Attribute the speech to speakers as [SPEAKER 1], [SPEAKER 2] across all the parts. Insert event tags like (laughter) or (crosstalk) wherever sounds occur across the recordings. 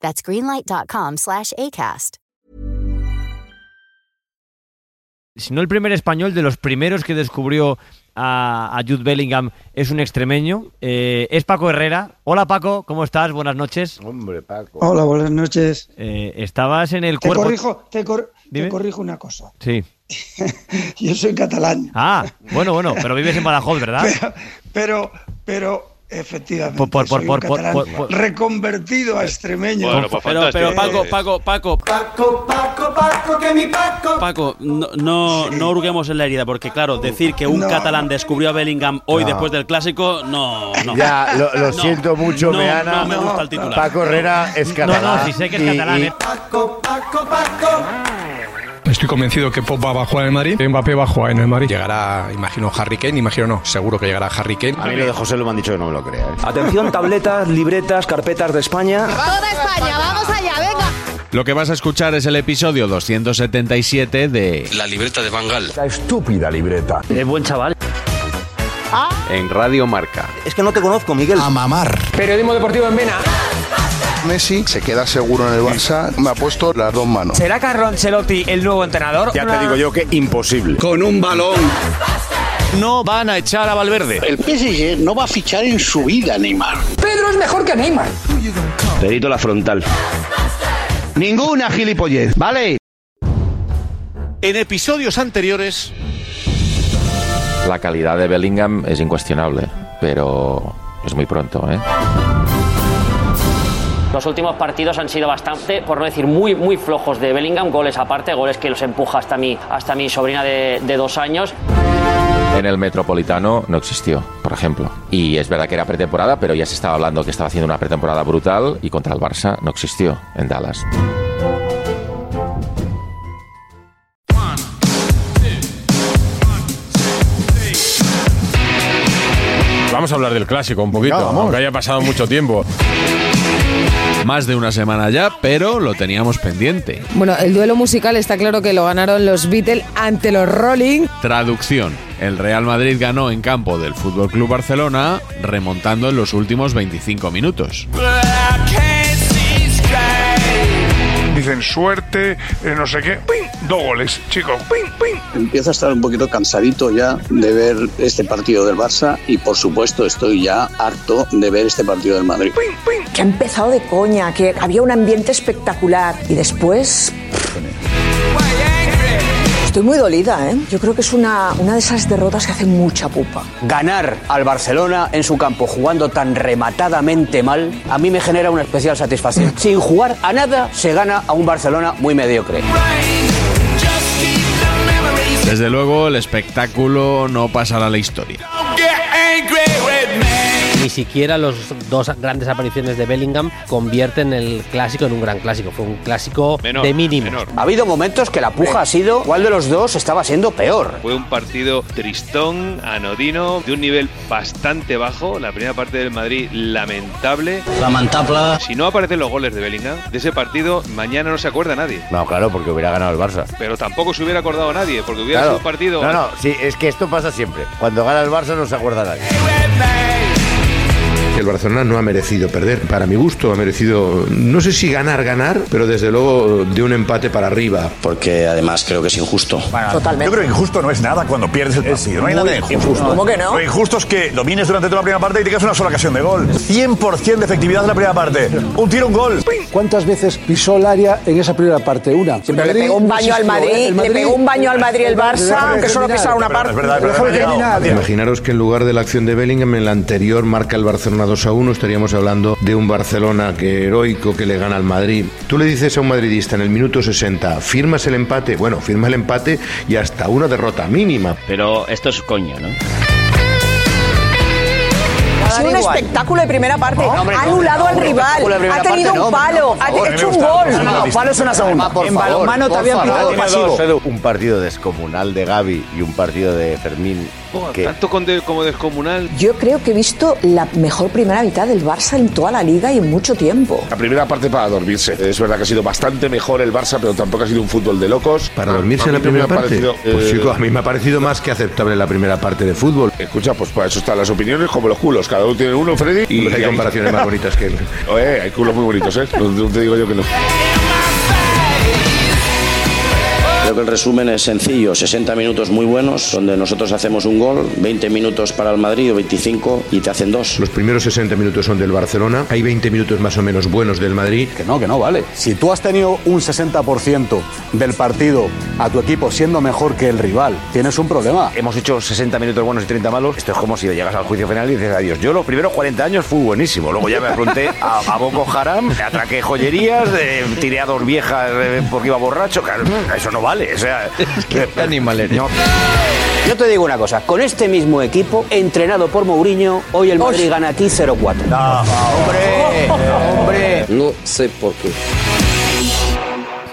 [SPEAKER 1] That's greenlight.com slash ACAST.
[SPEAKER 2] Si no el primer español, de los primeros que descubrió a, a Jude Bellingham es un extremeño, eh, es Paco Herrera. Hola Paco, ¿cómo estás? Buenas noches.
[SPEAKER 3] Hombre, Paco.
[SPEAKER 4] Hola, buenas noches.
[SPEAKER 2] Eh, estabas en el
[SPEAKER 4] Te
[SPEAKER 2] cuerpo...
[SPEAKER 4] corrijo, te, cor- te
[SPEAKER 2] Dime.
[SPEAKER 4] corrijo una cosa.
[SPEAKER 2] Sí.
[SPEAKER 4] (laughs) Yo soy catalán,
[SPEAKER 2] Ah, bueno, bueno, pero vives en Badajoz, ¿verdad?
[SPEAKER 4] (laughs) pero, pero eh, efectivamente
[SPEAKER 2] Por- por-
[SPEAKER 4] soy un
[SPEAKER 2] por- por-
[SPEAKER 4] catalán
[SPEAKER 2] por- por-
[SPEAKER 4] reconvertido a extremeño.
[SPEAKER 5] Bueno, pues
[SPEAKER 6] Pero,
[SPEAKER 5] fantástico,
[SPEAKER 6] pero Paco,
[SPEAKER 5] entonces.
[SPEAKER 6] Paco, Paco,
[SPEAKER 7] Paco, Paco, Paco, que mi Paco.
[SPEAKER 6] Paco, no, no, no hurguemos en la herida, porque claro, decir que un
[SPEAKER 4] No.
[SPEAKER 6] catalán descubrió a Bellingham hoy
[SPEAKER 3] No.
[SPEAKER 6] después del clásico, no, no.
[SPEAKER 3] Ya, lo, lo
[SPEAKER 6] No,
[SPEAKER 3] siento mucho,
[SPEAKER 6] no,
[SPEAKER 3] Meana.
[SPEAKER 6] no me gusta el titular.
[SPEAKER 3] Paco Herrera es
[SPEAKER 2] No,
[SPEAKER 3] catalán.
[SPEAKER 2] no, sí sé que es
[SPEAKER 3] y-
[SPEAKER 2] catalán,
[SPEAKER 3] y-
[SPEAKER 2] ¿eh?
[SPEAKER 7] Paco, Paco, Paco.
[SPEAKER 8] Estoy convencido que Pop va a jugar en el Madrid. Mbappé va a jugar en el Madrid. Llegará, imagino, Harry Kane. Imagino no, seguro que llegará Harry Kane.
[SPEAKER 3] A mí lo de José lo me han dicho que no me lo crea. ¿eh?
[SPEAKER 7] Atención, tabletas, libretas, carpetas de España.
[SPEAKER 1] Toda España, vamos allá, venga.
[SPEAKER 9] (laughs) Lo que vas a escuchar es el episodio 277 de
[SPEAKER 5] La libreta de Bangal.
[SPEAKER 3] La estúpida libreta.
[SPEAKER 6] Es buen chaval.
[SPEAKER 9] Ah. En Radio Marca.
[SPEAKER 7] Es que no te conozco, Miguel.
[SPEAKER 10] Periodismo deportivo en Vena.
[SPEAKER 3] Messi se queda seguro en el Barça. Me ha puesto las dos manos.
[SPEAKER 10] ¿Será Carlo Ancelotti el nuevo entrenador?
[SPEAKER 3] Ya te digo yo que imposible.
[SPEAKER 8] Con un balón.
[SPEAKER 9] No van a echar a Valverde.
[SPEAKER 7] El PSG no va a fichar en su vida, Neymar.
[SPEAKER 10] Pedro es mejor que Neymar.
[SPEAKER 7] Perito la frontal. Ninguna gilipollez, ¿vale?
[SPEAKER 9] En episodios anteriores.
[SPEAKER 5] La calidad de Bellingham es incuestionable, pero es muy pronto, ¿eh?
[SPEAKER 6] Los últimos partidos han sido bastante, por no decir muy, muy flojos de Bellingham, goles aparte, goles que los empuja hasta mi, hasta mi sobrina de, dos años.
[SPEAKER 5] En el Metropolitano no existió, por ejemplo. Y es verdad que era pretemporada, pero ya se estaba hablando que estaba haciendo una pretemporada brutal y contra el Barça no existió en Dallas.
[SPEAKER 8] Vamos a hablar del clásico un poquito,
[SPEAKER 3] Venga, vamos.
[SPEAKER 8] aunque haya pasado mucho tiempo.
[SPEAKER 9] Más de una semana ya, pero lo teníamos pendiente.
[SPEAKER 7] Bueno, el duelo musical está claro que lo ganaron los Beatles ante los Rolling.
[SPEAKER 9] Traducción. El Real Madrid ganó en campo del Fútbol Club Barcelona, remontando en los últimos 25 minutos.
[SPEAKER 8] Dicen suerte, eh, no sé qué. Dos goles, chicos.
[SPEAKER 7] Empiezo a estar un poquito cansadito ya de ver este partido del Barça y por supuesto estoy ya harto de ver este partido del Madrid.
[SPEAKER 1] Que ha empezado de coña, que había un ambiente espectacular y después... Estoy muy dolida, ¿eh? Yo creo que es una, una de esas derrotas que hace mucha pupa.
[SPEAKER 7] Ganar al Barcelona en su campo jugando tan rematadamente mal a mí me genera una especial satisfacción.
[SPEAKER 6] Mm.
[SPEAKER 7] Sin jugar a nada se gana a un Barcelona muy mediocre.
[SPEAKER 9] Desde luego, el espectáculo no pasará a la historia.
[SPEAKER 6] Ni siquiera las dos grandes apariciones de Bellingham convierten el clásico en un gran clásico. Fue un clásico
[SPEAKER 5] Menor,
[SPEAKER 6] de mínimo.
[SPEAKER 5] menor.
[SPEAKER 7] Ha habido momentos que la puja ha sido cuál de los dos estaba siendo peor.
[SPEAKER 8] Fue un partido tristón, anodino, de un nivel bastante bajo. La primera parte del Madrid lamentable.
[SPEAKER 7] Lamentable.
[SPEAKER 8] Si no aparecen los goles de Bellingham, de ese partido mañana no se acuerda nadie.
[SPEAKER 3] No, claro, porque hubiera ganado el Barça.
[SPEAKER 8] Pero tampoco se hubiera acordado nadie, porque hubiera
[SPEAKER 3] Claro.
[SPEAKER 8] sido un partido... ¿eh?
[SPEAKER 3] No, no, sí, es que esto pasa siempre. Cuando gana el Barça no se acuerda nadie.
[SPEAKER 8] El Barcelona no ha merecido perder. Para mi gusto, ha merecido, no sé si ganar, ganar, pero desde luego de un empate para arriba. Porque además creo que es injusto.
[SPEAKER 2] Yo creo que injusto no es nada cuando pierdes el partido. No hay nada de injusto.
[SPEAKER 11] ¿Cómo que no?
[SPEAKER 2] Lo injusto es que domines durante toda la primera parte y te quedas una sola ocasión de gol. 100% de efectividad en la primera parte. Un tiro, un gol.
[SPEAKER 12] ¿Cuántas veces pisó el área en esa primera parte? Una.
[SPEAKER 11] Pero le pegó un baño
[SPEAKER 7] ¿eh?
[SPEAKER 11] al Madrid, le pegó un baño al Madrid el Barça, aunque solo pisara una parte.
[SPEAKER 2] Déjame terminar.
[SPEAKER 8] Imaginaros que en lugar de la acción de Bellingham en la anterior marca el Barcelona 2 a 1, estaríamos hablando de un Barcelona que heroico que le gana al Madrid. Tú le dices a un madridista en el minuto 60, firmas el empate, bueno, firma el empate y hasta una derrota mínima.
[SPEAKER 13] Pero esto es coño, ¿no?
[SPEAKER 11] Ha sido un espectáculo de primera parte. ha anulado al rival. Ha tenido un palo. Ha hecho un gol.
[SPEAKER 2] pues,
[SPEAKER 7] palo es una segunda.
[SPEAKER 11] En balonmano te habían pitado pasivo.
[SPEAKER 7] Un partido descomunal de Gaby y un partido de Fermín. que-
[SPEAKER 14] Tanto con de- como descomunal.
[SPEAKER 11] Yo creo que he visto la mejor primera mitad del Barça en toda la liga y en mucho tiempo.
[SPEAKER 15] La primera parte para dormirse. Es verdad que ha sido bastante mejor el Barça, pero tampoco ha sido un fútbol de locos.
[SPEAKER 8] Para dormirse
[SPEAKER 15] A mí
[SPEAKER 8] en la
[SPEAKER 15] no
[SPEAKER 8] primera
[SPEAKER 15] me ha
[SPEAKER 8] parte.
[SPEAKER 15] parecido,
[SPEAKER 8] Pues
[SPEAKER 15] eh,
[SPEAKER 8] chico, a mí me ha parecido más que aceptable la primera parte de fútbol.
[SPEAKER 15] Escucha, pues para eso están las opiniones como los culos. Cada uno tiene uno, Freddy.
[SPEAKER 8] Hombre, hay comparaciones más
[SPEAKER 15] (laughs)
[SPEAKER 8] bonitas que él.
[SPEAKER 15] Eh, hay culos muy bonitos, ¿eh? No, no te digo yo que no.
[SPEAKER 7] Creo que el resumen es sencillo, 60 minutos muy buenos, donde nosotros hacemos un gol, 20 minutos para el Madrid o 25 y te hacen dos.
[SPEAKER 8] Los primeros 60 minutos son del Barcelona, hay 20 minutos más o menos buenos del Madrid.
[SPEAKER 12] Que no, que no, vale. Si tú has tenido un 60% del partido a tu equipo siendo mejor que el rival, tienes un problema.
[SPEAKER 7] Hemos hecho 60 minutos buenos y 30 malos. Esto es como si llegas al juicio final y dices adiós. Yo los primeros 40 años fui buenísimo. Luego ya
[SPEAKER 12] (laughs)
[SPEAKER 7] me afronté a, a Boko Haram, atraqué joyerías, eh, tiré a dos viejas eh, porque iba borracho. Claro, eso no vale.
[SPEAKER 16] (laughs)
[SPEAKER 7] O sea, eh,
[SPEAKER 16] ¿Qué animal eres? Yo te digo una cosa, con este mismo equipo, entrenado por Mourinho, hoy el Madrid gana aquí 0-4.
[SPEAKER 7] Eh,
[SPEAKER 17] Hombre, no sé por qué.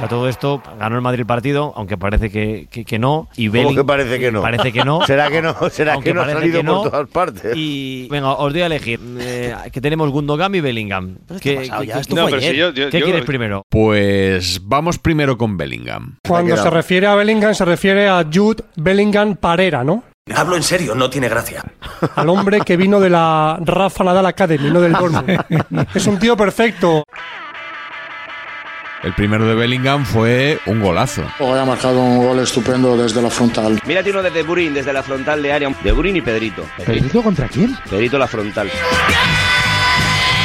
[SPEAKER 10] A todo esto, ganó el Madrid el partido, aunque parece que, que, que no. Y Belling-
[SPEAKER 7] que parece que no?
[SPEAKER 10] Parece que no.
[SPEAKER 7] (laughs) ¿Será que no? ¿Será
[SPEAKER 10] Aunque
[SPEAKER 7] que no ha
[SPEAKER 10] parece
[SPEAKER 7] salido
[SPEAKER 10] que
[SPEAKER 7] por
[SPEAKER 10] no.
[SPEAKER 7] todas partes?
[SPEAKER 10] Y venga, os doy a elegir. eh, que tenemos Gundogan y Bellingham. ¿Qué,
[SPEAKER 9] pasado
[SPEAKER 10] qué-
[SPEAKER 9] ya,
[SPEAKER 10] qué-
[SPEAKER 9] esto No, fue pero ayer. si yo- yo-
[SPEAKER 10] ¿Qué
[SPEAKER 9] yo-
[SPEAKER 10] quieres primero?
[SPEAKER 9] Pues vamos primero con Bellingham.
[SPEAKER 18] Cuando se refiere a Bellingham, se refiere a Jude Bellingham Parera, ¿no?
[SPEAKER 19] Hablo en serio, no tiene gracia.
[SPEAKER 18] Al hombre que vino de la Rafa Nadal Academy, no del Dortmund.
[SPEAKER 2] (laughs)
[SPEAKER 18] Es un tío perfecto.
[SPEAKER 9] El primero de Bellingham fue un golazo.
[SPEAKER 20] Hoy ha marcado un gol estupendo desde la frontal.
[SPEAKER 13] Mírate uno desde Burín, desde la frontal de área. De Burín y Pedrito.
[SPEAKER 9] ¿Pedrito contra quién?
[SPEAKER 13] Pedrito la frontal.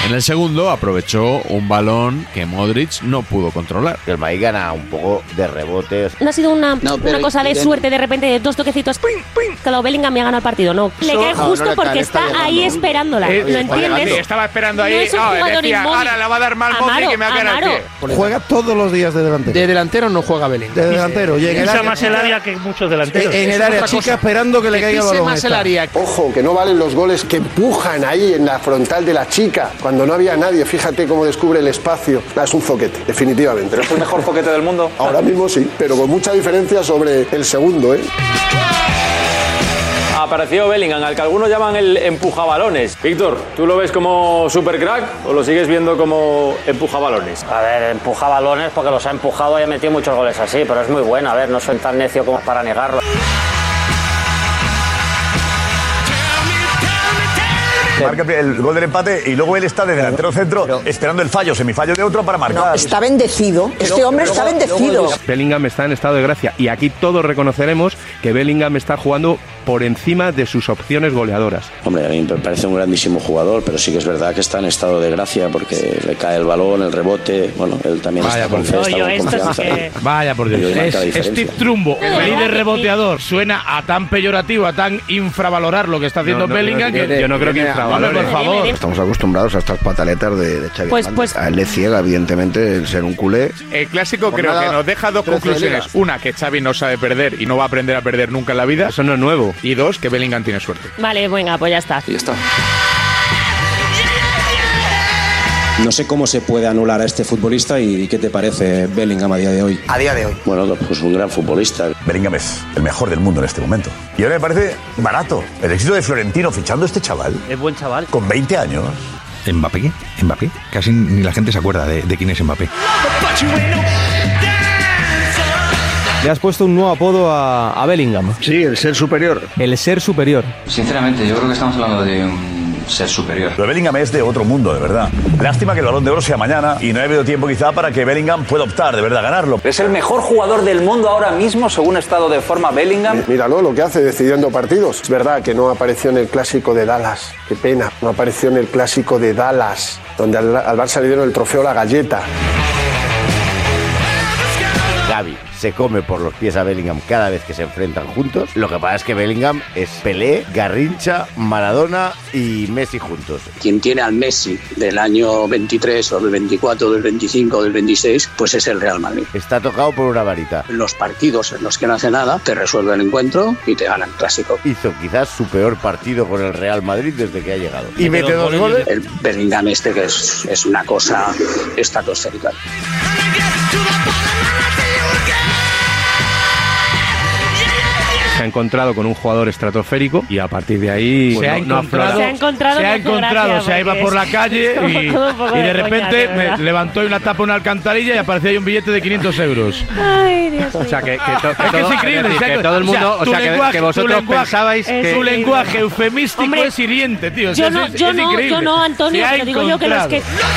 [SPEAKER 9] En el segundo aprovechó un balón que Modric no pudo controlar.
[SPEAKER 7] El Madrid gana un poco de rebotes.
[SPEAKER 21] No ha sido una,
[SPEAKER 7] No,
[SPEAKER 21] una
[SPEAKER 7] pero-
[SPEAKER 21] cosa de suerte, de repente, de dos toquecitos. ¡pim, pim! Que lo Bellingham me ha ganado el partido. No, le
[SPEAKER 22] No,
[SPEAKER 21] cae
[SPEAKER 22] no
[SPEAKER 21] justo
[SPEAKER 22] le cae,
[SPEAKER 21] porque
[SPEAKER 22] le
[SPEAKER 21] está,
[SPEAKER 22] está
[SPEAKER 21] ahí
[SPEAKER 22] llegando.
[SPEAKER 21] esperándola.
[SPEAKER 22] Eh,
[SPEAKER 21] ¿Lo
[SPEAKER 22] oye,
[SPEAKER 21] entiendes?
[SPEAKER 22] Gandhi, estaba esperando ahí.
[SPEAKER 21] No es un
[SPEAKER 22] Ah,
[SPEAKER 21] jugador
[SPEAKER 22] decía,
[SPEAKER 21] inmóvil.
[SPEAKER 22] ahora la va a dar mal Modric
[SPEAKER 21] Amaro,
[SPEAKER 22] que me va a quedar al
[SPEAKER 21] Amaro.
[SPEAKER 22] pie.
[SPEAKER 5] Juega todos los días de delantero.
[SPEAKER 22] De delantero no juega Belén.
[SPEAKER 5] De delantero, llega el
[SPEAKER 22] Pisa
[SPEAKER 5] área.
[SPEAKER 22] más el área que muchos delanteros.
[SPEAKER 5] En el área chica esperando que le caiga el balón. está.
[SPEAKER 3] Ojo, que no valen los goles que empujan ahí en la frontal de la chica. Cuando no había nadie, fíjate cómo descubre el espacio. Ah, Es un zoquete, definitivamente. ¿Pero es el mejor zoquete del mundo? Ahora mismo sí, pero con mucha diferencia sobre el segundo, ¿eh?
[SPEAKER 23] Apareció Bellingham, al que algunos llaman el empujabalones. Víctor, ¿tú lo ves como supercrack o lo sigues viendo como empujabalones?
[SPEAKER 6] A ver, empuja balones porque los ha empujado y ha metido muchos goles así, pero es muy bueno. A ver, no soy tan necio como para negarlo.
[SPEAKER 2] Marca el gol del empate y luego él está de delantero centro esperando el fallo, semifallo de otro para marcar.
[SPEAKER 11] Está bendecido. Este hombre está bendecido.
[SPEAKER 24] Bellingham está en estado de gracia y aquí todos reconoceremos que Bellingham está jugando por encima de sus opciones goleadoras.
[SPEAKER 7] Hombre, a mí me parece un grandísimo jugador, pero sí que es verdad que está en estado de gracia porque le cae el balón, el rebote. Bueno, él también
[SPEAKER 5] Vaya
[SPEAKER 7] está con
[SPEAKER 5] por
[SPEAKER 7] fe,
[SPEAKER 5] Dios.
[SPEAKER 7] está
[SPEAKER 5] No, yo
[SPEAKER 7] con
[SPEAKER 5] esto sí
[SPEAKER 7] confianza. ¿eh?
[SPEAKER 5] que-
[SPEAKER 7] Vaya por
[SPEAKER 5] Es Steve Trumbo, el líder reboteador, suena a tan peyorativo, a tan infravalorar lo que está haciendo
[SPEAKER 15] No, no,
[SPEAKER 5] Bellingham.
[SPEAKER 15] yo no- yo no creo que
[SPEAKER 5] Hombre,
[SPEAKER 15] infravalore.
[SPEAKER 5] por favor.
[SPEAKER 15] Estamos acostumbrados a estas pataletas de, de Xavi
[SPEAKER 5] Pues-
[SPEAKER 15] Hernández.
[SPEAKER 5] pues-
[SPEAKER 15] A él le ciega, evidentemente, el ser un culé.
[SPEAKER 5] El clásico creo
[SPEAKER 15] Jornada
[SPEAKER 5] que nos deja dos
[SPEAKER 15] 13 de
[SPEAKER 5] conclusiones. Una, que Xavi no sabe perder y no va a aprender a perder nunca en la vida. Eso no es nuevo. Y dos, que Bellingham tiene suerte.
[SPEAKER 21] Vale, venga, pues ya está.
[SPEAKER 7] No sé cómo se puede anular a este futbolista y qué te parece Bellingham a día de hoy.
[SPEAKER 2] A día de hoy.
[SPEAKER 7] Bueno, pues un gran futbolista.
[SPEAKER 2] Bellingham es el mejor del mundo en este momento. Y ahora me parece barato. El éxito de Florentino fichando a este chaval.
[SPEAKER 21] Es buen chaval.
[SPEAKER 2] Con 20 años.
[SPEAKER 25] Mbappé, Mbappé, casi ni la gente se acuerda de, de quién es Mbappé.
[SPEAKER 26] Le has puesto un nuevo apodo a, a Bellingham. Sí, el ser superior. El ser superior.
[SPEAKER 27] Sinceramente, yo creo que estamos hablando de un
[SPEAKER 2] ser superior. Lo de Bellingham es de otro mundo, de verdad. Lástima que el balón de oro sea mañana y no ha habido tiempo quizá para que Bellingham pueda optar, de verdad, a ganarlo.
[SPEAKER 10] Es el mejor jugador del mundo ahora mismo, según estado de forma Bellingham.
[SPEAKER 3] Míralo lo que hace decidiendo partidos. Es verdad que no apareció en el clásico de Dallas. Qué pena. No apareció en el clásico de Dallas, donde al, al Barça le dieron el trofeo La Galleta.
[SPEAKER 28] Gaby se come por los pies a Bellingham cada vez que se enfrentan juntos. Lo que pasa es que Bellingham es Pelé, Garrincha, Maradona y Messi juntos.
[SPEAKER 10] Quien tiene al Messi del año 23 o del 24, del 25 o del 26, pues es el Real Madrid.
[SPEAKER 28] Está tocado por una varita.
[SPEAKER 10] Los partidos en los que no hace nada te resuelve el encuentro y te gana el clásico.
[SPEAKER 28] Hizo quizás su peor partido con el Real Madrid desde que ha llegado. Y mete dos goles.
[SPEAKER 10] El Bellingham este que es, es una cosa estratosférica.
[SPEAKER 29] se ha encontrado con un jugador estratosférico y a partir de ahí
[SPEAKER 7] se, ha
[SPEAKER 29] pues, no- no
[SPEAKER 7] encontrado,
[SPEAKER 29] aflora.
[SPEAKER 21] Se ha encontrado,
[SPEAKER 7] se ha
[SPEAKER 21] me hace
[SPEAKER 7] encontrado,
[SPEAKER 21] gracia,
[SPEAKER 7] o sea, iba
[SPEAKER 21] porque
[SPEAKER 7] por la
[SPEAKER 21] es-
[SPEAKER 7] calle
[SPEAKER 21] es (laughs) como
[SPEAKER 7] y,
[SPEAKER 21] todo un poco
[SPEAKER 7] y de
[SPEAKER 21] de
[SPEAKER 7] repente
[SPEAKER 21] coña, de
[SPEAKER 7] me
[SPEAKER 21] verdad.
[SPEAKER 7] levantó una tapa una alcantarilla y aparecía ahí un billete de 500 euros.
[SPEAKER 21] Ay, Dios
[SPEAKER 29] O sea, que, que to- que
[SPEAKER 7] Es que
[SPEAKER 29] todo-
[SPEAKER 7] es increíble,
[SPEAKER 29] es decir,
[SPEAKER 7] o
[SPEAKER 29] que
[SPEAKER 7] sea,
[SPEAKER 29] todo el mundo, o
[SPEAKER 7] tu
[SPEAKER 29] sea, que-
[SPEAKER 7] lenguaje-
[SPEAKER 29] que
[SPEAKER 7] tu
[SPEAKER 29] vosotros
[SPEAKER 7] lenguaje-
[SPEAKER 29] pensabais
[SPEAKER 7] es
[SPEAKER 29] que
[SPEAKER 7] Tu lenguaje eufemístico es hiriente, tío. o sea,
[SPEAKER 21] Yo no,
[SPEAKER 7] es-
[SPEAKER 21] yo
[SPEAKER 7] es
[SPEAKER 21] no, yo
[SPEAKER 7] increíble.
[SPEAKER 21] no,
[SPEAKER 7] Se
[SPEAKER 21] Antonio,
[SPEAKER 7] ha
[SPEAKER 21] te digo yo que los que.
[SPEAKER 7] encontrado.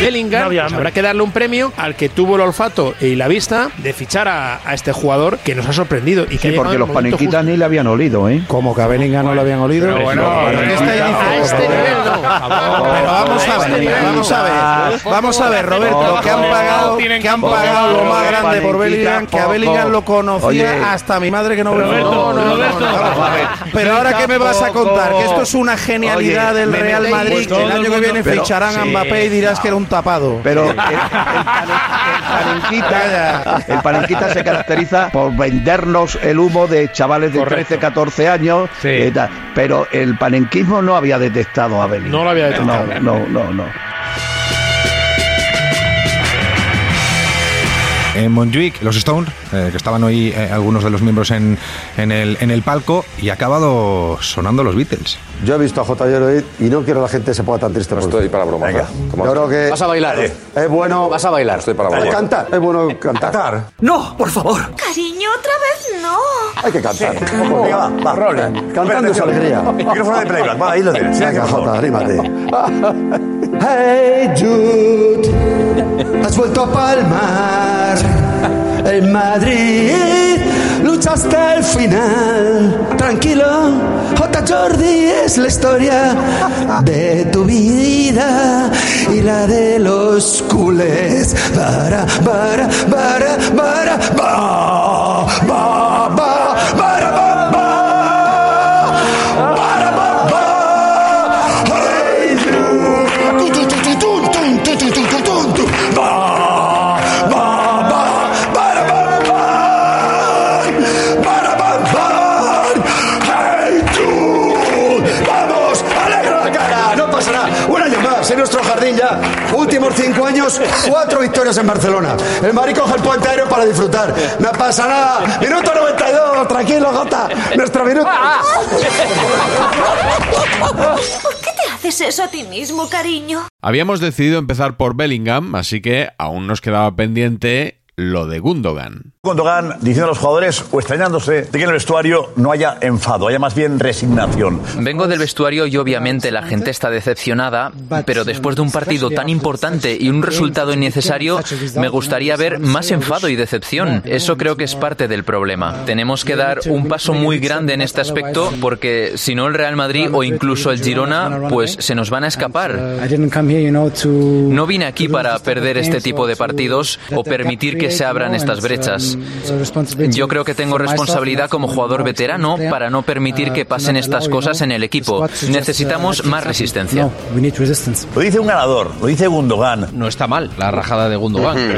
[SPEAKER 5] Bellingham, pues habrá que darle un premio al que tuvo el olfato y la vista de fichar a, a este jugador que nos ha sorprendido. Y que
[SPEAKER 30] Sí,
[SPEAKER 5] ha llegado en
[SPEAKER 30] porque
[SPEAKER 5] el
[SPEAKER 30] los
[SPEAKER 5] momento
[SPEAKER 30] panequitas ni le habían olido, ¿eh?
[SPEAKER 5] Como que a Bellingham no lo habían olido.
[SPEAKER 30] Pero
[SPEAKER 5] bueno,
[SPEAKER 30] pero
[SPEAKER 5] este
[SPEAKER 30] bueno,
[SPEAKER 5] dice-
[SPEAKER 30] por favor.
[SPEAKER 5] Pero vamos a ver, vamos a ver, vamos a ver, Roberto, que han pagado, que han pagado lo más grande por Bellingham, que a Bellingham lo
[SPEAKER 30] Oye.
[SPEAKER 5] conocía hasta mi madre que no Roberto, Pero ahora que me vas a contar que esto es una genialidad
[SPEAKER 30] Oye,
[SPEAKER 5] del
[SPEAKER 30] me
[SPEAKER 5] Real
[SPEAKER 30] metéis
[SPEAKER 5] Madrid,
[SPEAKER 30] todo
[SPEAKER 5] que el
[SPEAKER 30] el
[SPEAKER 5] año que
[SPEAKER 30] mundo-
[SPEAKER 5] viene
[SPEAKER 30] Pero-
[SPEAKER 5] ficharán a
[SPEAKER 30] sí,
[SPEAKER 5] Mbappé y dirás
[SPEAKER 30] no.
[SPEAKER 5] que era un tapado.
[SPEAKER 30] Pero el, Palenquita, el Palenquita se
[SPEAKER 5] (laughs)
[SPEAKER 30] caracteriza por vendernos el humo de chavales de 13, 14 años. eh, tal. pero el panenquismo no había detectado a Bellingham.
[SPEAKER 5] No lo había detectado.
[SPEAKER 30] No, no, no. no. En Montjuic, los Stones, eh, que estaban hoy eh, algunos de los miembros en, en el, en el palco, y ha acabado sonando los Beatles.
[SPEAKER 1] Yo he visto a J. Lloyd y no quiero que la gente se ponga tan
[SPEAKER 8] Pues
[SPEAKER 1] triste. No estoy para bromas. ¿eh? Yo creo que.
[SPEAKER 17] Vas a bailar.
[SPEAKER 1] Es bueno. Vas a bailar. Estoy para
[SPEAKER 17] bromas.
[SPEAKER 1] Cantar. Es bueno cantar.
[SPEAKER 17] No, por favor.
[SPEAKER 31] Cariño, otra vez no.
[SPEAKER 1] Hay que cantar. Sí. Un poco. Venga, va, va. Role. Cantando es Atención. alegría. Micrófono de playback, va, ahí lo tienes. Venga, Jota, anímate.
[SPEAKER 17] (laughs) Hey Jude, has vuelto a palmar. En Madrid luchaste al final. Tranquilo, J. Jordi es la historia de tu vida y la de los culés. Bara, bara, bara, bara, ba, ba, ba, bara, ba, ba, bara, ba, ba. Hey Jude. Tu, tu, tu, tu, tu, tu, tu, tu, tu, tu, tu. Ba, ba, ba, bara, ba, ba, bara, ba, ba. Hey Jude.
[SPEAKER 1] ¡Vamos! ¡Alegra la cara! No pasa nada. Un año más en nuestro jardín ya. Últimos cinco años, cuatro victorias en Barcelona. El Madrid coge el puente aéreo para disfrutar. No pasa nada. Minuto 92. Tranquilo, Jota. Nuestro minuto.
[SPEAKER 31] ¿Por qué te haces eso a ti mismo, cariño?
[SPEAKER 9] Habíamos decidido empezar por Bellingham, así que aún nos quedaba pendiente lo de Gundogan.
[SPEAKER 2] Gundogan diciendo a los jugadores o extrañándose de que en el vestuario no haya enfado, haya más bien resignación.
[SPEAKER 32] Vengo del vestuario y obviamente la gente está decepcionada, pero después de un partido tan importante y un resultado innecesario, me gustaría ver más enfado y decepción. Eso creo que es parte del problema. Tenemos que dar un paso muy grande en este aspecto porque si no el Real Madrid o incluso el Girona, pues se nos van a escapar. No vine aquí para perder este tipo de partidos o permitir que se abran estas brechas. Yo creo que tengo responsabilidad como jugador veterano para no permitir que pasen estas cosas en el equipo. Necesitamos
[SPEAKER 7] ah,
[SPEAKER 32] más resistencia.
[SPEAKER 2] Lo dice un ganador, lo dice Gundogan.
[SPEAKER 32] No está mal la rajada de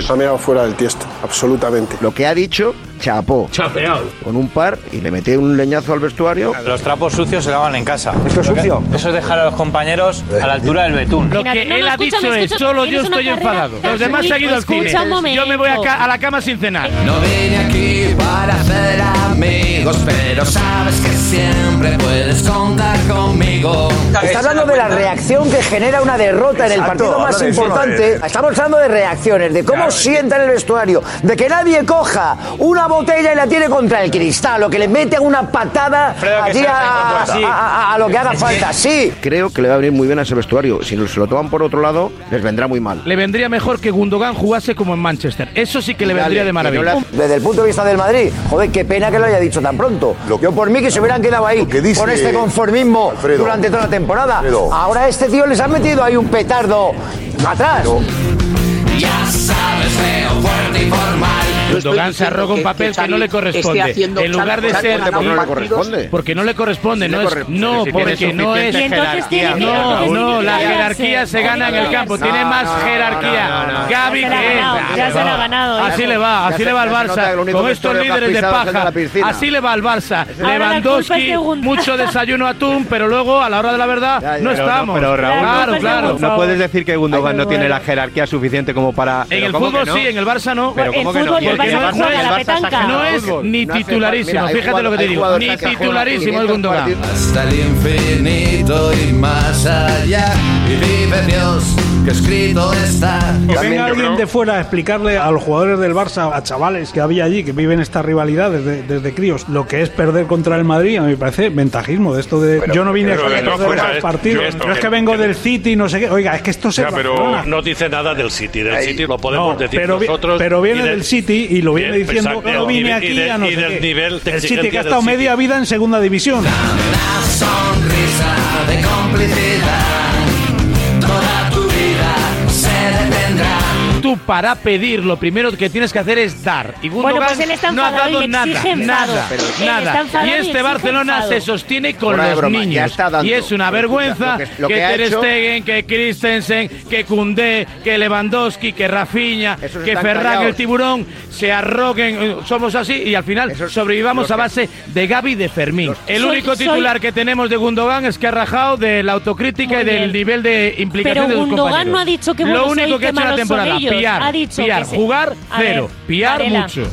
[SPEAKER 3] Se ha mirado fuera del tiesto, absolutamente.
[SPEAKER 33] Lo que ha dicho, chapó.
[SPEAKER 32] Chapeado.
[SPEAKER 33] Con un par y le metí un leñazo al vestuario.
[SPEAKER 34] Los trapos sucios se lavan en casa.
[SPEAKER 33] ¿Esto es sucio?
[SPEAKER 34] Eso es dejar a los compañeros a
[SPEAKER 2] Eh.
[SPEAKER 34] la altura del betún.
[SPEAKER 7] Lo que él ha dicho es, solo yo estoy enfadado. Los demás se han ido al cine. Yo me voy a, ca- a la cama sin cenar.
[SPEAKER 33] No vine aquí para hacer amigos, pero sabes que siempre puedes contar conmigo.
[SPEAKER 11] Está hablando de la reacción que genera una derrota en el
[SPEAKER 33] Exacto,
[SPEAKER 11] partido
[SPEAKER 33] habla
[SPEAKER 11] más
[SPEAKER 33] de eso,
[SPEAKER 11] importante.
[SPEAKER 33] eh.
[SPEAKER 11] Estamos hablando de reacciones, de cómo sienta en el vestuario, de que nadie coja una
[SPEAKER 35] botella y la tiene contra el cristal, o que le meten una patada
[SPEAKER 36] Alfredo, que
[SPEAKER 35] así
[SPEAKER 36] se
[SPEAKER 35] a,
[SPEAKER 36] la tengo
[SPEAKER 35] a- a- a lo que haga
[SPEAKER 36] Es
[SPEAKER 35] falta.
[SPEAKER 36] que-
[SPEAKER 35] Sí.
[SPEAKER 8] Creo que le va a venir muy bien a ese vestuario. Si se lo toman por otro lado, les vendrá muy mal.
[SPEAKER 7] Le vendría mejor que Gundogan jugase como en Manchester. Eso sí que le vendría de maravilla.
[SPEAKER 35] Desde el punto de vista del Madrid, joder, qué pena que lo haya dicho tan pronto. Yo por mí que se hubieran quedado ahí
[SPEAKER 36] que dice
[SPEAKER 35] con este conformismo
[SPEAKER 36] Alfredo,
[SPEAKER 35] durante toda la temporada.
[SPEAKER 36] Alfredo.
[SPEAKER 35] Ahora a este tío les ha metido ahí un petardo atrás.
[SPEAKER 17] Ya sabes, feo, fuerte y formal.
[SPEAKER 7] Gundogan se arroga un papel que, no le corresponde. En lugar de ser.
[SPEAKER 8] Porque no le corresponde.
[SPEAKER 7] Porque no le corresponde.
[SPEAKER 8] Sí le
[SPEAKER 7] no, es,
[SPEAKER 8] corresponde,
[SPEAKER 7] no
[SPEAKER 8] sí, tiene
[SPEAKER 7] porque no es.
[SPEAKER 8] suficiente Y entonces jerarquía. tiene que-
[SPEAKER 7] no,
[SPEAKER 8] entonces
[SPEAKER 7] no,
[SPEAKER 8] tiene
[SPEAKER 7] la
[SPEAKER 8] que
[SPEAKER 7] jerarquía
[SPEAKER 8] ganarse.
[SPEAKER 7] se gana en el campo.
[SPEAKER 8] No,
[SPEAKER 7] tiene
[SPEAKER 8] no,
[SPEAKER 7] más
[SPEAKER 8] no, no,
[SPEAKER 7] jerarquía.
[SPEAKER 8] no, no, no.
[SPEAKER 7] Gaby,
[SPEAKER 8] Ya se la
[SPEAKER 7] ¿qué?
[SPEAKER 8] ha ganado, ya
[SPEAKER 7] Ah,
[SPEAKER 8] se la ha ganado,
[SPEAKER 7] Así
[SPEAKER 8] ¿eh?
[SPEAKER 7] le va,
[SPEAKER 8] Ya
[SPEAKER 7] así
[SPEAKER 8] se-
[SPEAKER 7] le va al
[SPEAKER 8] ya se nota que lo
[SPEAKER 7] Barça.
[SPEAKER 8] único
[SPEAKER 7] Con
[SPEAKER 8] que
[SPEAKER 7] estos
[SPEAKER 8] estoy es
[SPEAKER 7] líderes de
[SPEAKER 8] capizado es de
[SPEAKER 7] paja.
[SPEAKER 8] la piscina.
[SPEAKER 7] Así le va al Barça.
[SPEAKER 8] Ahora la culpa es
[SPEAKER 7] Lewandowski,
[SPEAKER 8] de Gun-
[SPEAKER 7] mucho desayuno atún, pero luego a la hora de la verdad no
[SPEAKER 37] Pero
[SPEAKER 7] estamos.
[SPEAKER 37] pero Raúl,
[SPEAKER 7] Claro, claro.
[SPEAKER 37] no puedes decir que Gundogan no tiene la jerarquía suficiente como para.
[SPEAKER 7] En
[SPEAKER 37] Pero
[SPEAKER 7] el
[SPEAKER 37] ¿cómo
[SPEAKER 7] fútbol
[SPEAKER 37] que no?
[SPEAKER 7] sí, en el Barça no.
[SPEAKER 37] Pero ¿cómo que no? Y el Barça
[SPEAKER 7] no,
[SPEAKER 37] juega a la
[SPEAKER 7] es-
[SPEAKER 37] petanca.
[SPEAKER 7] no es ni
[SPEAKER 37] No hace-
[SPEAKER 7] titularísimo,
[SPEAKER 37] mira, hay
[SPEAKER 7] fíjate lo que
[SPEAKER 37] jugadores-
[SPEAKER 7] te
[SPEAKER 37] hay
[SPEAKER 7] digo. Ni
[SPEAKER 37] jugadores que juegan
[SPEAKER 7] titularísimo el
[SPEAKER 8] 500
[SPEAKER 7] Gundogan.
[SPEAKER 17] Hasta el infinito y más allá. Y vive Dios, que escrito está.
[SPEAKER 4] Que Pues venga alguien de fuera a explicarle a los jugadores del Barça, a chavales que había allí, que viven esta rivalidad desde, desde críos, lo que es perder contra el Madrid, a mí me parece ventajismo de esto de
[SPEAKER 36] Pero-
[SPEAKER 4] yo no vine
[SPEAKER 38] pero
[SPEAKER 4] aquí
[SPEAKER 38] de
[SPEAKER 4] a
[SPEAKER 38] todas
[SPEAKER 4] perder
[SPEAKER 38] formas,
[SPEAKER 4] los
[SPEAKER 38] es-
[SPEAKER 4] partidos,
[SPEAKER 38] ¿eh? yo esto
[SPEAKER 4] yo es que
[SPEAKER 38] que-
[SPEAKER 4] vengo del City, no sé qué. Oiga, es que esto se
[SPEAKER 38] Ya, pero no te dice nada del City. Del City lo podemos decir
[SPEAKER 4] pero, vi-
[SPEAKER 38] nosotros.
[SPEAKER 4] pero viene
[SPEAKER 38] y de-
[SPEAKER 4] del City y lo viene
[SPEAKER 38] Bien,
[SPEAKER 4] diciendo
[SPEAKER 38] exacto.
[SPEAKER 4] yo no vine
[SPEAKER 38] Y de-
[SPEAKER 4] aquí
[SPEAKER 38] y de-
[SPEAKER 4] a no
[SPEAKER 38] y
[SPEAKER 4] sé
[SPEAKER 38] del
[SPEAKER 4] qué".
[SPEAKER 38] nivel de
[SPEAKER 4] el City que
[SPEAKER 38] exigencia
[SPEAKER 4] ha estado
[SPEAKER 38] del
[SPEAKER 4] media vida en segunda división
[SPEAKER 17] Una sonrisa de complicidad. Toda tu vida se detendrá.
[SPEAKER 7] Tú para pedir lo primero que tienes que hacer es dar. Y Gundogan
[SPEAKER 2] Bueno, pues él está
[SPEAKER 7] no ha
[SPEAKER 2] enfadado y
[SPEAKER 7] dado
[SPEAKER 2] le
[SPEAKER 7] nada,
[SPEAKER 2] exige enfado.
[SPEAKER 7] nada,
[SPEAKER 2] Pero- Él está
[SPEAKER 7] nada.
[SPEAKER 2] enfadado
[SPEAKER 7] Y
[SPEAKER 2] y
[SPEAKER 7] este
[SPEAKER 2] exige
[SPEAKER 7] Barcelona
[SPEAKER 2] enfado.
[SPEAKER 7] se sostiene con
[SPEAKER 8] Fuera de
[SPEAKER 7] los
[SPEAKER 8] broma, ya
[SPEAKER 7] niños.
[SPEAKER 8] está dando.
[SPEAKER 7] y es una
[SPEAKER 8] Pero
[SPEAKER 7] vergüenza
[SPEAKER 8] escucha, lo que- lo
[SPEAKER 7] que,
[SPEAKER 8] que ha
[SPEAKER 7] Ter
[SPEAKER 8] hecho-
[SPEAKER 7] Stegen, que Christensen, que Koundé, que Lewandowski, que Rafinha,
[SPEAKER 8] Esos
[SPEAKER 7] que
[SPEAKER 8] están
[SPEAKER 7] Ferran el
[SPEAKER 8] callados.
[SPEAKER 7] tiburón se arroguen. eh, Somos así y al final sobrevivamos
[SPEAKER 8] los
[SPEAKER 7] a
[SPEAKER 8] que-
[SPEAKER 7] base de Gaby y de Fermín. el
[SPEAKER 2] Soy-
[SPEAKER 7] único
[SPEAKER 2] soy-
[SPEAKER 7] titular que tenemos de Gundogan es que ha rajado de la autocrítica
[SPEAKER 2] Muy
[SPEAKER 7] y del
[SPEAKER 2] bien.
[SPEAKER 7] nivel de implicación
[SPEAKER 2] Pero
[SPEAKER 7] de sus
[SPEAKER 2] Gundogan
[SPEAKER 7] compañeros.
[SPEAKER 2] no ha dicho qué
[SPEAKER 7] Lo
[SPEAKER 2] buenos soy
[SPEAKER 7] único
[SPEAKER 2] y
[SPEAKER 7] que ha
[SPEAKER 2] qué
[SPEAKER 7] hecho la
[SPEAKER 2] malos son
[SPEAKER 7] temporada,
[SPEAKER 2] ellos.
[SPEAKER 7] piar,
[SPEAKER 2] Ha dicho
[SPEAKER 7] piar,
[SPEAKER 2] que se-
[SPEAKER 7] jugar
[SPEAKER 2] A ver,
[SPEAKER 7] cero, piar
[SPEAKER 2] Varela.
[SPEAKER 7] mucho.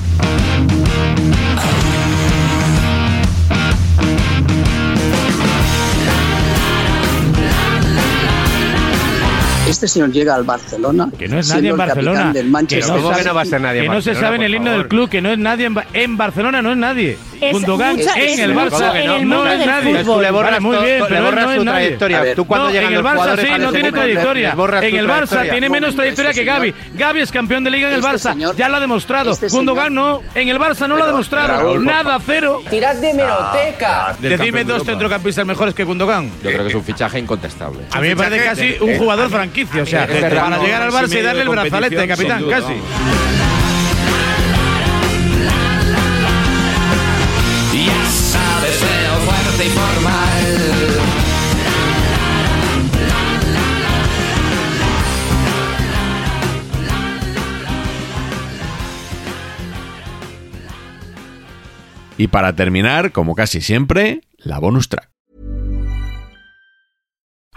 [SPEAKER 6] Este señor llega al Barcelona.
[SPEAKER 7] Que no es nadie en Barcelona.
[SPEAKER 6] Del Manchester
[SPEAKER 7] se
[SPEAKER 6] City.
[SPEAKER 7] sabe- que no se sabe en el himno del club, que no es nadie en, Ba- en Barcelona, no es nadie.
[SPEAKER 2] Es
[SPEAKER 7] Bundogan
[SPEAKER 2] mucha-
[SPEAKER 7] en
[SPEAKER 2] es
[SPEAKER 7] el
[SPEAKER 2] mucho
[SPEAKER 7] Barça
[SPEAKER 2] en el
[SPEAKER 7] no
[SPEAKER 2] mundo
[SPEAKER 7] es
[SPEAKER 2] del
[SPEAKER 7] nadie.
[SPEAKER 2] fútbol.
[SPEAKER 7] Vale,
[SPEAKER 2] Le borras
[SPEAKER 7] muy
[SPEAKER 2] to-
[SPEAKER 7] bien,
[SPEAKER 2] le
[SPEAKER 7] pero
[SPEAKER 2] borras
[SPEAKER 7] no es
[SPEAKER 2] su
[SPEAKER 7] nadie.
[SPEAKER 2] trayectoria.
[SPEAKER 7] A ver,
[SPEAKER 2] Tú cuando
[SPEAKER 7] no,
[SPEAKER 2] llegan
[SPEAKER 7] en el
[SPEAKER 2] los
[SPEAKER 7] Barça
[SPEAKER 2] jugadores
[SPEAKER 7] sí,
[SPEAKER 2] al
[SPEAKER 7] no tiene
[SPEAKER 2] equipo, le-
[SPEAKER 7] trayectoria.
[SPEAKER 2] les borras
[SPEAKER 7] En
[SPEAKER 2] su
[SPEAKER 7] el Barça
[SPEAKER 2] trayectoria.
[SPEAKER 7] tiene menos
[SPEAKER 2] Este
[SPEAKER 7] trayectoria que
[SPEAKER 2] señor-
[SPEAKER 7] Gaby. Gaby es campeón de liga en el
[SPEAKER 2] Este
[SPEAKER 7] Barça,
[SPEAKER 2] señor-
[SPEAKER 7] ya lo ha demostrado.
[SPEAKER 2] Este señor-
[SPEAKER 7] Gundogan no, en el Barça no lo ha demostrado.
[SPEAKER 2] Raúl, por
[SPEAKER 7] Nada, cero.
[SPEAKER 2] Tirad de
[SPEAKER 7] meroteca.
[SPEAKER 2] del
[SPEAKER 7] Decidme
[SPEAKER 2] campeón de
[SPEAKER 7] dos
[SPEAKER 2] Europa.
[SPEAKER 7] centrocampistas mejores que Gundogan.
[SPEAKER 5] Yo creo que es un fichaje incontestable.
[SPEAKER 7] A mí me parece casi un jugador franquicio, o sea,
[SPEAKER 5] Es verdad,
[SPEAKER 7] para
[SPEAKER 5] no,
[SPEAKER 7] llegar al
[SPEAKER 5] sí,
[SPEAKER 7] Barça y
[SPEAKER 5] medio
[SPEAKER 7] darle
[SPEAKER 5] de
[SPEAKER 7] el brazalete de
[SPEAKER 5] competición,
[SPEAKER 7] capitán,
[SPEAKER 5] sin duda,
[SPEAKER 7] casi.
[SPEAKER 17] Ya sabes, feo, fuerte y formal.
[SPEAKER 9] Y para terminar, como casi siempre, la bonus track.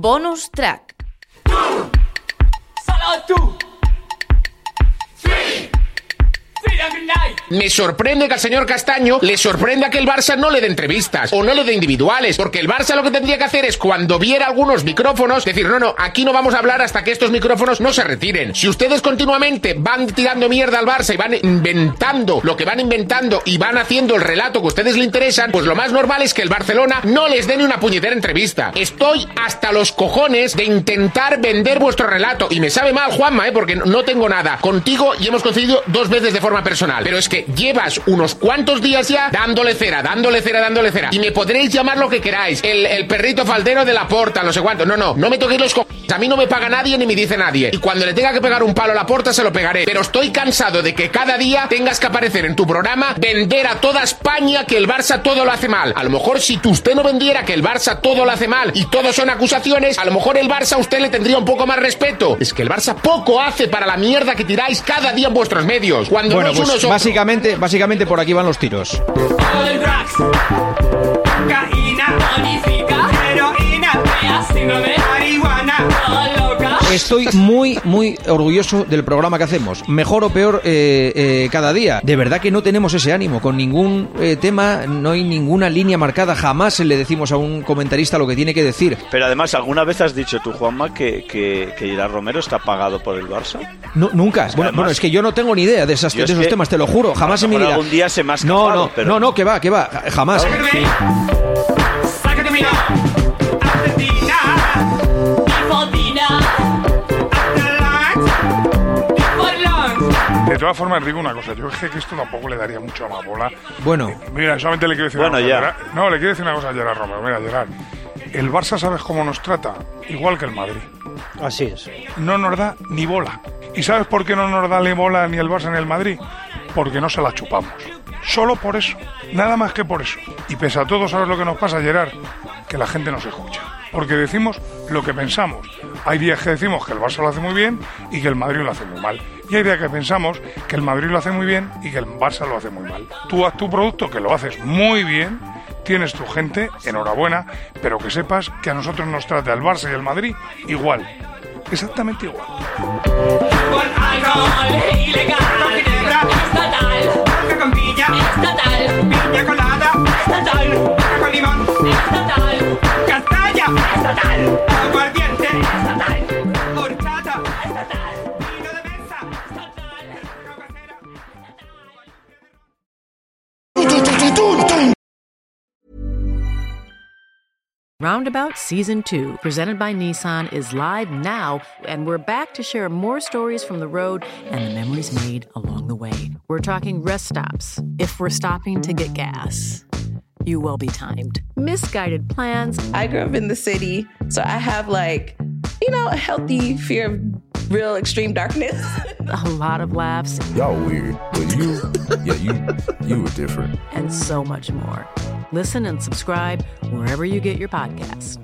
[SPEAKER 39] Bonus track.
[SPEAKER 22] Me sorprende que al señor Castaño le sorprenda que el Barça no le dé entrevistas o no le dé individuales, porque el Barça lo que tendría que hacer es cuando viera algunos micrófonos decir, no, no, aquí no vamos a hablar hasta que estos micrófonos no se retiren. Si ustedes continuamente van tirando mierda al Barça y van inventando lo que van inventando y van haciendo el relato que a ustedes le interesan, pues lo más normal es que el Barcelona no les dé ni una puñetera entrevista. Estoy hasta los cojones de intentar vender vuestro relato y me sabe mal, Juanma, ¿eh? porque no tengo nada contigo y hemos coincidido dos veces de forma personal. Pero es que llevas unos cuantos días ya dándole cera, dándole cera, dándole cera. Y me podréis llamar lo que queráis. El, el perrito faldero de la porta, no sé cuánto. No, no, no me toquéis los cojones. A mí no me paga nadie ni me dice nadie. Y cuando le tenga que pegar un palo a la puerta, se lo pegaré. Pero estoy cansado de que cada día tengas que aparecer en tu programa, vender a toda España que el Barça todo lo hace mal. A lo mejor si tú usted no vendiera que el Barça todo lo hace mal y todo son acusaciones, a lo mejor el Barça a usted le tendría un poco más respeto. Es que el Barça poco hace para la mierda que tiráis cada día en vuestros medios. Cuando
[SPEAKER 32] Bueno,
[SPEAKER 22] no es uno
[SPEAKER 32] pues
[SPEAKER 22] es otro.
[SPEAKER 32] básicamente, básicamente por aquí van los tiros.
[SPEAKER 10] Cocaína, bonifica, heroína, peacínome, marihuana, oh, loca.
[SPEAKER 32] Estoy muy, muy orgulloso del programa que hacemos. Mejor o peor eh, eh, cada día. De verdad que no tenemos ese ánimo con ningún eh, tema, no hay ninguna línea marcada. Jamás le decimos a un comentarista lo que tiene que decir.
[SPEAKER 7] Pero además, ¿alguna vez has dicho tú, Juanma, que, que, que Gerard Romero está pagado por el Barça?
[SPEAKER 32] No, nunca. Bueno,
[SPEAKER 7] además-
[SPEAKER 32] bueno, es que yo no tengo ni idea de, esas,
[SPEAKER 7] Yo
[SPEAKER 32] de
[SPEAKER 7] es
[SPEAKER 32] esos
[SPEAKER 7] que-
[SPEAKER 32] temas, te lo juro. Jamás
[SPEAKER 7] A
[SPEAKER 32] en
[SPEAKER 7] lo
[SPEAKER 32] mi
[SPEAKER 7] mejor
[SPEAKER 32] vida.
[SPEAKER 7] algún día se me ha escapado,
[SPEAKER 32] No, no,
[SPEAKER 7] pero
[SPEAKER 32] no, no, que va, que va. ja- Jamás.
[SPEAKER 10] Sácateme, Argentina, Argentina,
[SPEAKER 4] De todas formas, digo una cosa. Yo es que esto tampoco le daría mucho a la bola.
[SPEAKER 32] Bueno.
[SPEAKER 4] Mira, solamente le quiero decir
[SPEAKER 7] Bueno,
[SPEAKER 4] una
[SPEAKER 7] ya.
[SPEAKER 4] cosa. a Gerard- No, le quiero decir una cosa a Gerard Romero. Mira, Gerard. El Barça, ¿sabes cómo nos trata? Igual que el Madrid.
[SPEAKER 32] Así es.
[SPEAKER 4] No nos da ni bola. ¿Y sabes por qué no nos da ni bola ni el Barça ni el Madrid? Porque no se la chupamos. Solo por eso. Nada más que por eso. Y pese a todo, ¿sabes lo que nos pasa, Gerard? Que la gente nos escucha. Porque decimos lo que pensamos. Hay días que decimos que el Barça lo hace muy bien y que el Madrid lo hace muy mal. Y hay días que pensamos que el Madrid lo hace muy bien y que el Barça lo hace muy mal. Tú haz tu producto, que lo haces muy bien, tienes tu gente, enhorabuena, pero que sepas que a nosotros nos trata el Barça y el Madrid igual. Exactamente igual.
[SPEAKER 10] con alcohol, ilegal, con ginebra, estatal, coca con piña, estatal, piña colada, estatal, coca con limón, estatal, castaña, estatal, aguardiente, estatal, horchata, estatal, vino de mesa, estatal.
[SPEAKER 28] Roundabout Season 2, presented by Nissan, is live now, and we're back to share more stories from the road and the memories made along the way. We're talking rest stops. If we're stopping to get gas, you will be timed. Misguided plans.
[SPEAKER 40] I grew up in the city, so I have like, you know, a healthy fear of real extreme darkness. (laughs)
[SPEAKER 28] A lot of laughs
[SPEAKER 2] Y'all weird, but you, yeah, you, you were different.
[SPEAKER 28] and so much more. Listen and subscribe wherever you get your podcasts.